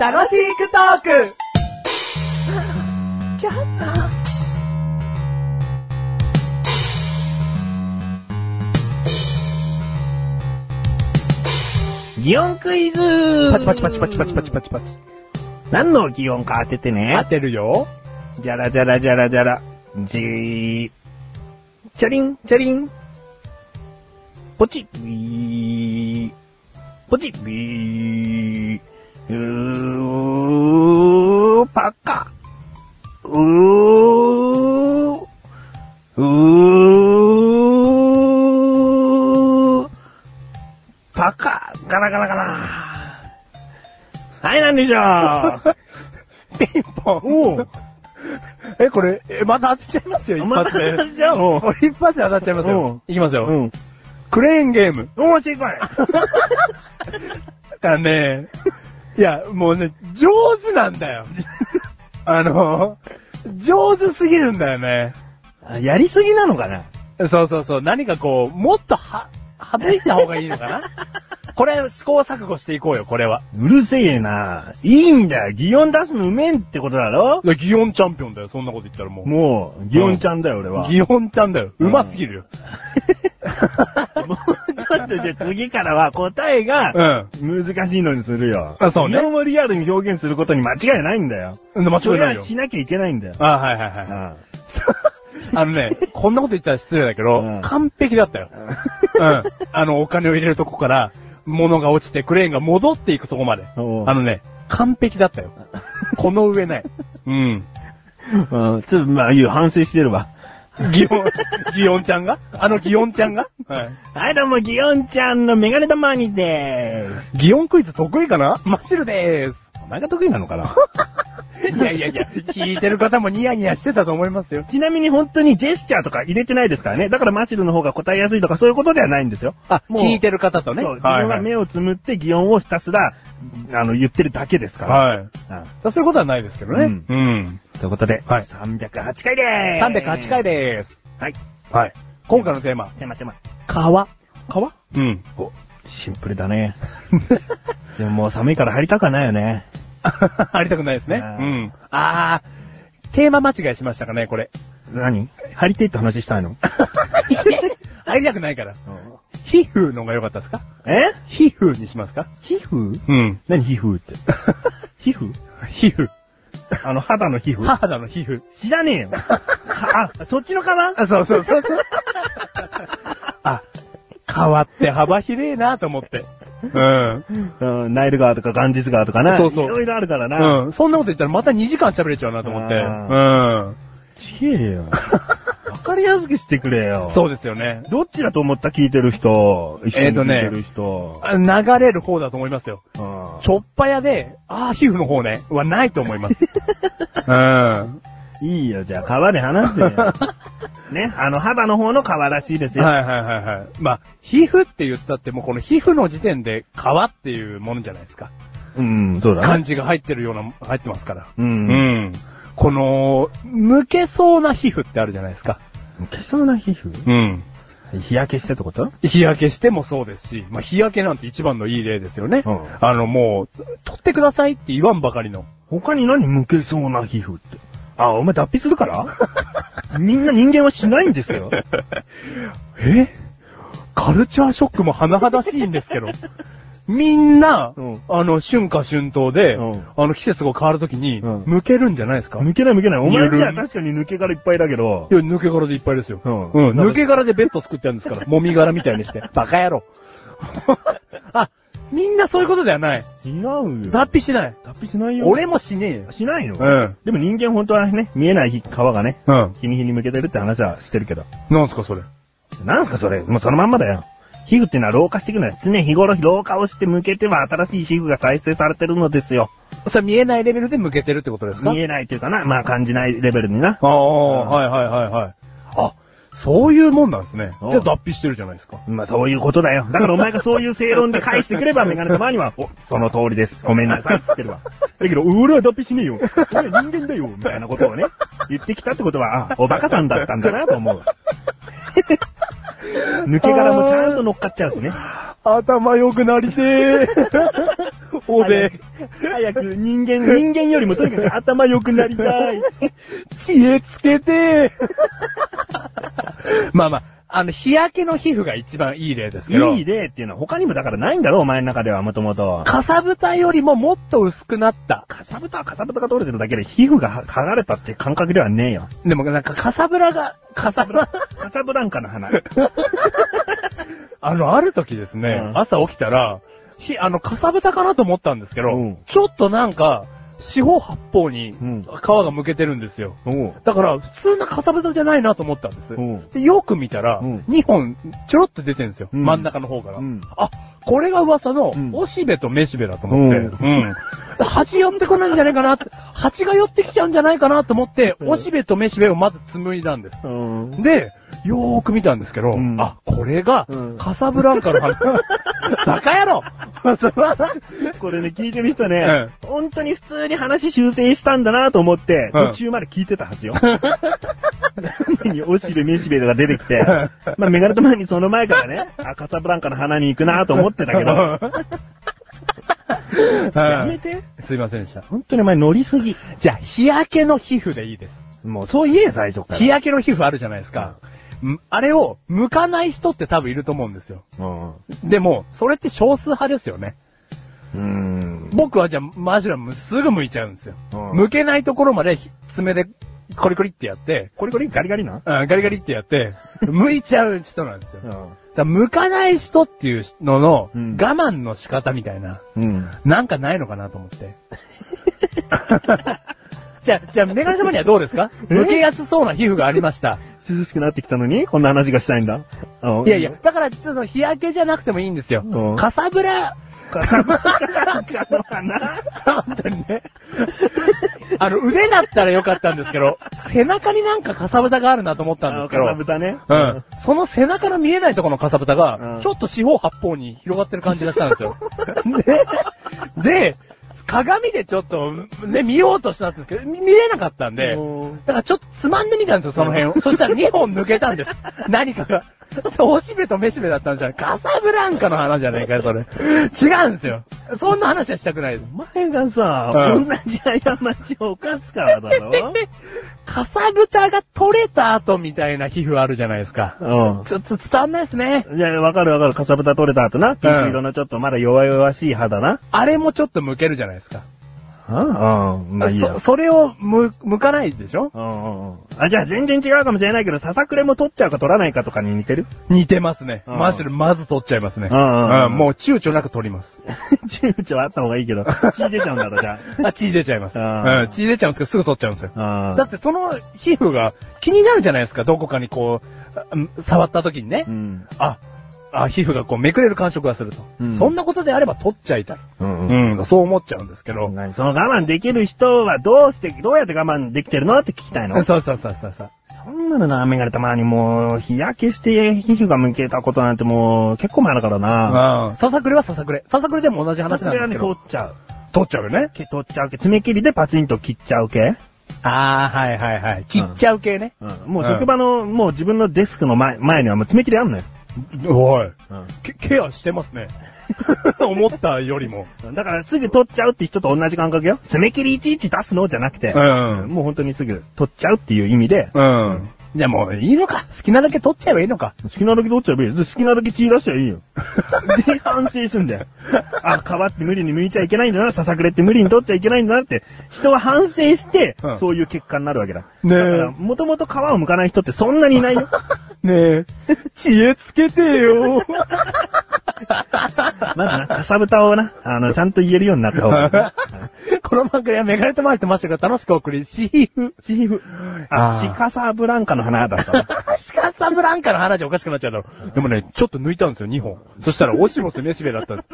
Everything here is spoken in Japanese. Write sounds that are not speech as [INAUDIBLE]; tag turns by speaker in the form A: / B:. A: 楽しくトーク
B: 擬音クイズ
C: パチパチパチパチパチパチパチパチ。
B: 何の擬音か当てて
C: 当
B: ね。
C: てるよ。
B: じゃらじゃらじゃらじゃら。じー。チャリン、チャリン。ポチ、ビー。ポチ、ビー。うー、パカ。うー。うー。パカ。ガラガラガラ。はい、なんでしょう。
C: ピンポ
B: [LAUGHS] おう
C: ン。え、これ、えまた当てちゃいますよ、一
B: ま
C: 発目。
B: たじゃあ、も
C: これ一発で当たっちゃいますよ。いきます
B: う
C: よ。
B: ん。
C: クレーンゲーム。
B: 面白い。
C: だから [LAUGHS] ね、いや、もうね、上手なんだよ。 [LAUGHS] あの、上手すぎるんだよね。
B: あ [LAUGHS] やりすぎなのかな
C: そうそうそう。何かこう、もっとは、省いた方がいいのか [LAUGHS] なこれ、試行錯誤していこうよ、これは。
B: うるせえな。いいんだよ。擬音出すのうめえんってことだろ
C: ギオンチャンピオンだよ、そんなこと言ったらもう。
B: もう、擬音ちゃんだよ、俺は。
C: ギオンちゃんだよ。
B: うん
C: うますぎるよ。
B: もうちょっとじゃあ次からは答えが
C: う、ん。
B: 難しいのにするよ。
C: あそうね
B: 擬音をリアルに表現することに間違いないんだよ。
C: 間
B: そ
C: 違い
B: れ
C: な
B: は
C: いよ。
B: しなきゃいけないんだよ。
C: あ、はいはいはい。
B: あ
C: [LAUGHS] あのね、こんなこと言ったら失礼だけど、
B: うん
C: 完璧だったよ。うん。あの、お金を入れるとこから、物が落ちて、クレーンが戻っていくとこまで。
B: あおう
C: あのね、完璧だったよ。この上ない。うん。
B: うんちょっと、まあ、いう反省してるわ。
C: ギオン、ギオンちゃんがあのギオンちゃんがはい。
B: はい、どうも、擬音ちゃんのメガネたまにでーす。
C: ギオンクイズ得意かなマシルでーす。
B: お前が得意なのかない
C: やいやいや、聞いてる方もニヤニヤしてたと思いますよ。
B: [LAUGHS] ちなみに本当にジェスチャーとか入れてないですからね。だからマシルの方が答えやすいとかそういうことではないんですよ。
C: あ、
B: もう
C: 聞いてる方とね。
B: そう自分が目をつむって擬音をひたすら、あの、言ってるだけですから。
C: はい。はい
B: あ
C: だそういうことはないですけどね。
B: うん
C: うん。
B: ということで、
C: はい
B: 308回でーす。
C: 308回でーす。
B: はい。
C: はい。今回のテーマ。
B: 手間手間。
C: 川。川うん。
B: お、シンプルだね。 [LAUGHS] でももう寒いから入りたくはないよね。
C: [LAUGHS] ありたくないですね。
B: あー
C: うん。あー、テーマ間違いしましたかね、これ。 [LAUGHS]
B: 何入りてえって話したいの
C: 入りたくないから。皮膚のが良かったですか
B: [LAUGHS] え
C: 皮膚にしますか
B: 皮膚
C: うん。
B: 何皮膚
C: [LAUGHS]
B: って。皮膚
C: 皮膚。
B: あの、肌の皮膚
C: 母だの皮膚。
B: 知らねえよ。はあ、そっちのかな
C: あ、そうそうそう。あ、川って幅広えなと思って。うん。
B: うん、ナイル川とかガンジス川とかな。
C: そうそう
B: いろいろあるからな。
C: うん。そんなこと言ったらまた2時間喋れちゃうなと思って。う
B: ちげえ
C: [LAUGHS]
B: よ。わかりやすくしてくれよ。
C: ん。そうですよね。
B: どっちだと思った聞いてる人。一緒
C: えー
B: に聞
C: と
B: い
C: ね
B: てる人。
C: あ流れる方だと思いますよ。
B: うん
C: ちょっぱやで、ああ、皮膚の方ね、はないと思います。 [LAUGHS] うん。
B: いいよ、じゃあ川で話してよ。
C: [LAUGHS]
B: ね、あの肌の方の川らしいですよ。
C: はいはいはいはい。まあ、皮膚って言ったってもうこの皮膚の時点で皮っていうものじゃないですか。
B: うん、そうだ
C: 漢
B: ね。
C: 字が入ってるような、入ってますから。
B: う。
C: うんん。この、抜けそうな皮膚ってあるじゃないですか。
B: 消そうな皮膚
C: うん。
B: 日焼けしてってこと
C: 日焼けしてもそうですし、まあ、日焼けなんて一番のいい例ですよね。
B: うん
C: あの、もう、取ってくださいって言わんばかりの。
B: 他に何むけそうな皮膚って。あ、お前脱皮するから [LAUGHS] みんな人間はしないんですよ。
C: [LAUGHS] えカルチャーショックも甚だしいんです
B: [LAUGHS]
C: けど。みんな、
B: うん
C: あの、春夏春冬で、
B: うん
C: あの、季節が変わるときに、
B: うん
C: むけるんじゃないですか、い
B: 抜けない抜けない。お前じ
C: ゆる
B: ゃ
C: い
B: 確かに抜け殻いっぱいだけど。
C: や、抜け殻でいっぱいですよ。
B: うん
C: うん、抜け殻でベッド作ってあるんです [LAUGHS] から。もみ殻みたいにして。バカ野 [LAUGHS] 郎。あ、みんなそういうことではない。
B: 違うよ。
C: 脱皮しない。
B: 脱皮しないよ。
C: 俺もしねえよ。
B: しないの
C: うん。
B: でも人間本当はね、見えない皮皮がね、
C: うん。
B: 日に日に向けてるって話はしてるけど。
C: なんすか、それ。
B: なんすかそれもうそのまんまだよ。皮膚ってのは老化していくのよ。常日頃老化をして向けては新しい皮膚が再生されてるのですよ。
C: それ見えないレベルで向けてるってことですか
B: 見えないというかな、まあ感じないレベルにな。
C: ああ、はいはいはいはい。あ、そういうもんなんですね。
B: うん
C: じゃあ脱皮してるじゃないですか。
B: まあそういうことだよ。だからお前がそういう正論で返してくればメガネたまには、お、その通りです。ごめんなさいって言ってるわ。だけど、俺は脱皮しねえよ。俺は人間だよ。みたいなことをね、言ってきたってことは、あ、おバカさんだったんだなと思うわ。抜け殻もちゃんと乗っかっちゃうしね。
C: 頭良くなりて [LAUGHS] ー。おべえ、
B: 早く人間、人間よりもとにかく頭良くなりたい。
C: 知恵つけてー。 [LAUGHS] まあまあ、あの、日焼けの皮膚が一番いい例ですけど。
B: いい例っていうのは他にもだからないんだろ、お前の中ではもともと。
C: かさぶたよりももっと薄くなった。
B: かさぶたはかさぶたが取れてるだけで皮膚が剥がれたって感覚ではねえよ。
C: でもなんか、かさぶらが、かさぶら、
B: かさぶらんかの花。
C: [LAUGHS] あの、ある時ですね、
B: うん
C: 朝起きたら、ひ、あの、かさぶたかなと思ったんですけど、
B: うん
C: ちょっとなんか、四方八方に皮
B: ん
C: が向けてるんですよ。
B: おう。
C: だから、普通のかさぶたじゃないなと思ったんです。
B: おう。
C: でよく見たら、
B: うん
C: 2本ちょろっと出てるんですよ、
B: うん
C: 真ん中の方から。
B: うん。
C: あ、これが噂の
B: うん、
C: おしべとめしべだと思って、
B: う
C: うん。蜂寄ってこないんじゃないかなって、蜂が寄ってきちゃうんじゃないかなと思って、
B: うん
C: おしべとめしべをまず紡いだんです。
B: うん。
C: で、よーく見たんですけど、
B: うん
C: あ、これが
B: うん、
C: カサブランカの花。
B: [LAUGHS]
C: バカ野郎そら
B: これね、聞いてる人ね、本当に普通に話修正したんだなと思って、
C: うん
B: 途中まで聞いてたはずよ。何におしべ、めしべが出てきて、まあメガネと前にその前からね、あ、カサブランカの花に行くなと思ってたけ
C: [LAUGHS]
B: ど、やめて。
C: うんすいませんでした。
B: 本当にお前乗りすぎ。
C: じゃあ、日焼けの皮膚でいいです。
B: もうそう言え、最初から。
C: 日焼けの皮膚あるじゃないですか。んあれを、剥かない人って多分いると思うんですよ。
B: うん。う
C: でも、それって少数派ですよね。
B: ーん。
C: 僕はじゃあ、マジラむすぐ剥いちゃうんですよ。
B: うん
C: 剥けないところまでひ爪でコリコリってやって、
B: これこれガリガリな
C: うんガリガリって
B: [LAUGHS]
C: やって、剥いちゃう人なんですよ。
B: ん。
C: だから向かない人っていうのの、我
B: うん
C: 慢の仕方みたいな、
B: うん。
C: なんかないのかなと
B: [LAUGHS]
C: 思って。 [LAUGHS] じゃあ、じゃあ、メガネ様にはどうですか
B: え
C: 向けやすそうな皮膚がありました。
B: 涼しくなってきたのに、こんな話がしたいんだ。うん
C: いやいや、。だから、ちょっと日焼けじゃなくてもいいんですよ
B: うん。
C: かさぶら、
B: カサブランカの花
C: 本当にね。あの、腕だったらよかったんですけど、背中になんかかさぶたがあるなと思ったん
B: あ
C: で
B: の
C: すけ
B: カ
C: ど、
B: サブタね。
C: うん。その背中の見えないところのかさぶたが、
B: うん
C: ちょっと四方八方に広がってる感じがしたんですよ。で、で、鏡でちょっと、ね、見ようとしたんですけど、見見れなかったんで、
B: うん
C: だからちょっとつまんでみたんですよ、その辺を。そしたら2本抜けた
B: [LAUGHS]
C: んです。何かが。そうおしべとめしべだったんじゃないカサブランカの話じゃないかよ、それ。違うんですよ。そんな話はしたくないです。
B: お前がさ、
C: うん
B: 同じ過ちを犯すからだろ
C: [LAUGHS] かさぶたが取れた後みたいな皮膚あるじゃないですか。
B: う
C: ちょっと伝わんないですね。
B: ん。いや、わかるわかる。かさぶた取れた後な。ピンク色のちょっとまだ弱々しい肌な。
C: あれもちょっと剥けるじゃないですか。
B: ああ、まあいいや
C: そ。それをむ、向かないでしょ
B: うんうんうんあ、じゃあ全然違うかもしれないけど、ささくれも取っちゃうか取らないかとかに似てる [LAUGHS]
C: 似てますね。
B: うん
C: マジでまず取っちゃいますね。
B: うんうんうん
C: もう躊躇なく取ります。
B: [LAUGHS] 躊躇あった方がいいけど、血出ちゃうんだろ、じゃ
C: あ、血出ちゃいます。
B: う
C: うんん、血出ちゃうんですけど、すぐ取っちゃうんですよ。
B: あ。うん
C: だってその皮膚が気になるじゃないですか、どこかにこう、 [LAUGHS] うん触った時にね
B: う。ん。
C: あ、あ、皮膚がこうめくれる感触がすると。
B: うん
C: そんなことであれば取っちゃいたい。
B: うん
C: う。ん、そう思っちゃうんですけど。
B: 何その我慢できる人はどうして、どうやって我慢できてるのって聞きたいの。
C: そうそうそうそうそう。
B: そんなのな、メガネたまにもう、日焼けして皮膚が向けたことなんてもう、結構前だからな。
C: うん。ささくれはささくれ。ささくれでも同じ話
B: そ
C: なん
B: れ
C: で
B: は
C: す
B: ね、
C: け
B: 取
C: ど
B: っ。ちゃう。
C: 取っちゃうよね。
B: け取っちゃうけ。爪切りでパチンと切っちゃうけ。
C: あー、はいはいはい。切っちゃう系ね。
B: うん。もう職場の、もう自分のデスクの前、前にはもう爪切りあんのよ。
C: おい。
B: う
C: ケケアしてますね。 [LAUGHS] 思ったより [LAUGHS] も。
B: ん。だからすぐ取っちゃうって人と同じ感覚よ。爪切りいちいち出すのじゃなくて、
C: ん。
B: もう本当にすぐ取っちゃうっていう意味で、
C: うん。じゃあもういいのか。好きなだけ取っちゃえばいいのか。
B: 好きなだけ取っちゃえばいいよ。で好きなだけ血出しちゃいいよ。 [LAUGHS] で、反省すんだよ。あ、皮って無理に剥いちゃいけないんだな、ささくれって無理に取っちゃいけないんだなって、人は反省して、
C: うん
B: そういう結果になるわけだ。
C: ねえ
B: だから、もともと皮を剥かない人ってそんなにい [LAUGHS] ないよ。
C: ねえ、知恵つけて [LAUGHS] よ。
B: まずな、かさぶたをな、あの、ちゃんと言えるようになった方がいい [LAUGHS] な。
C: この番組はメガネとマリとマッシュが楽しくお送り、シーフ。
B: チーフ。あ、
C: あー
B: シ
C: [LAUGHS]
B: カサブランカの花だったわ。
C: シカサブランカの話おかしくなっちゃうだろ。でもね、ちょっと抜いたんですよ、2本。そしたら、おしぼとめしべだったんです。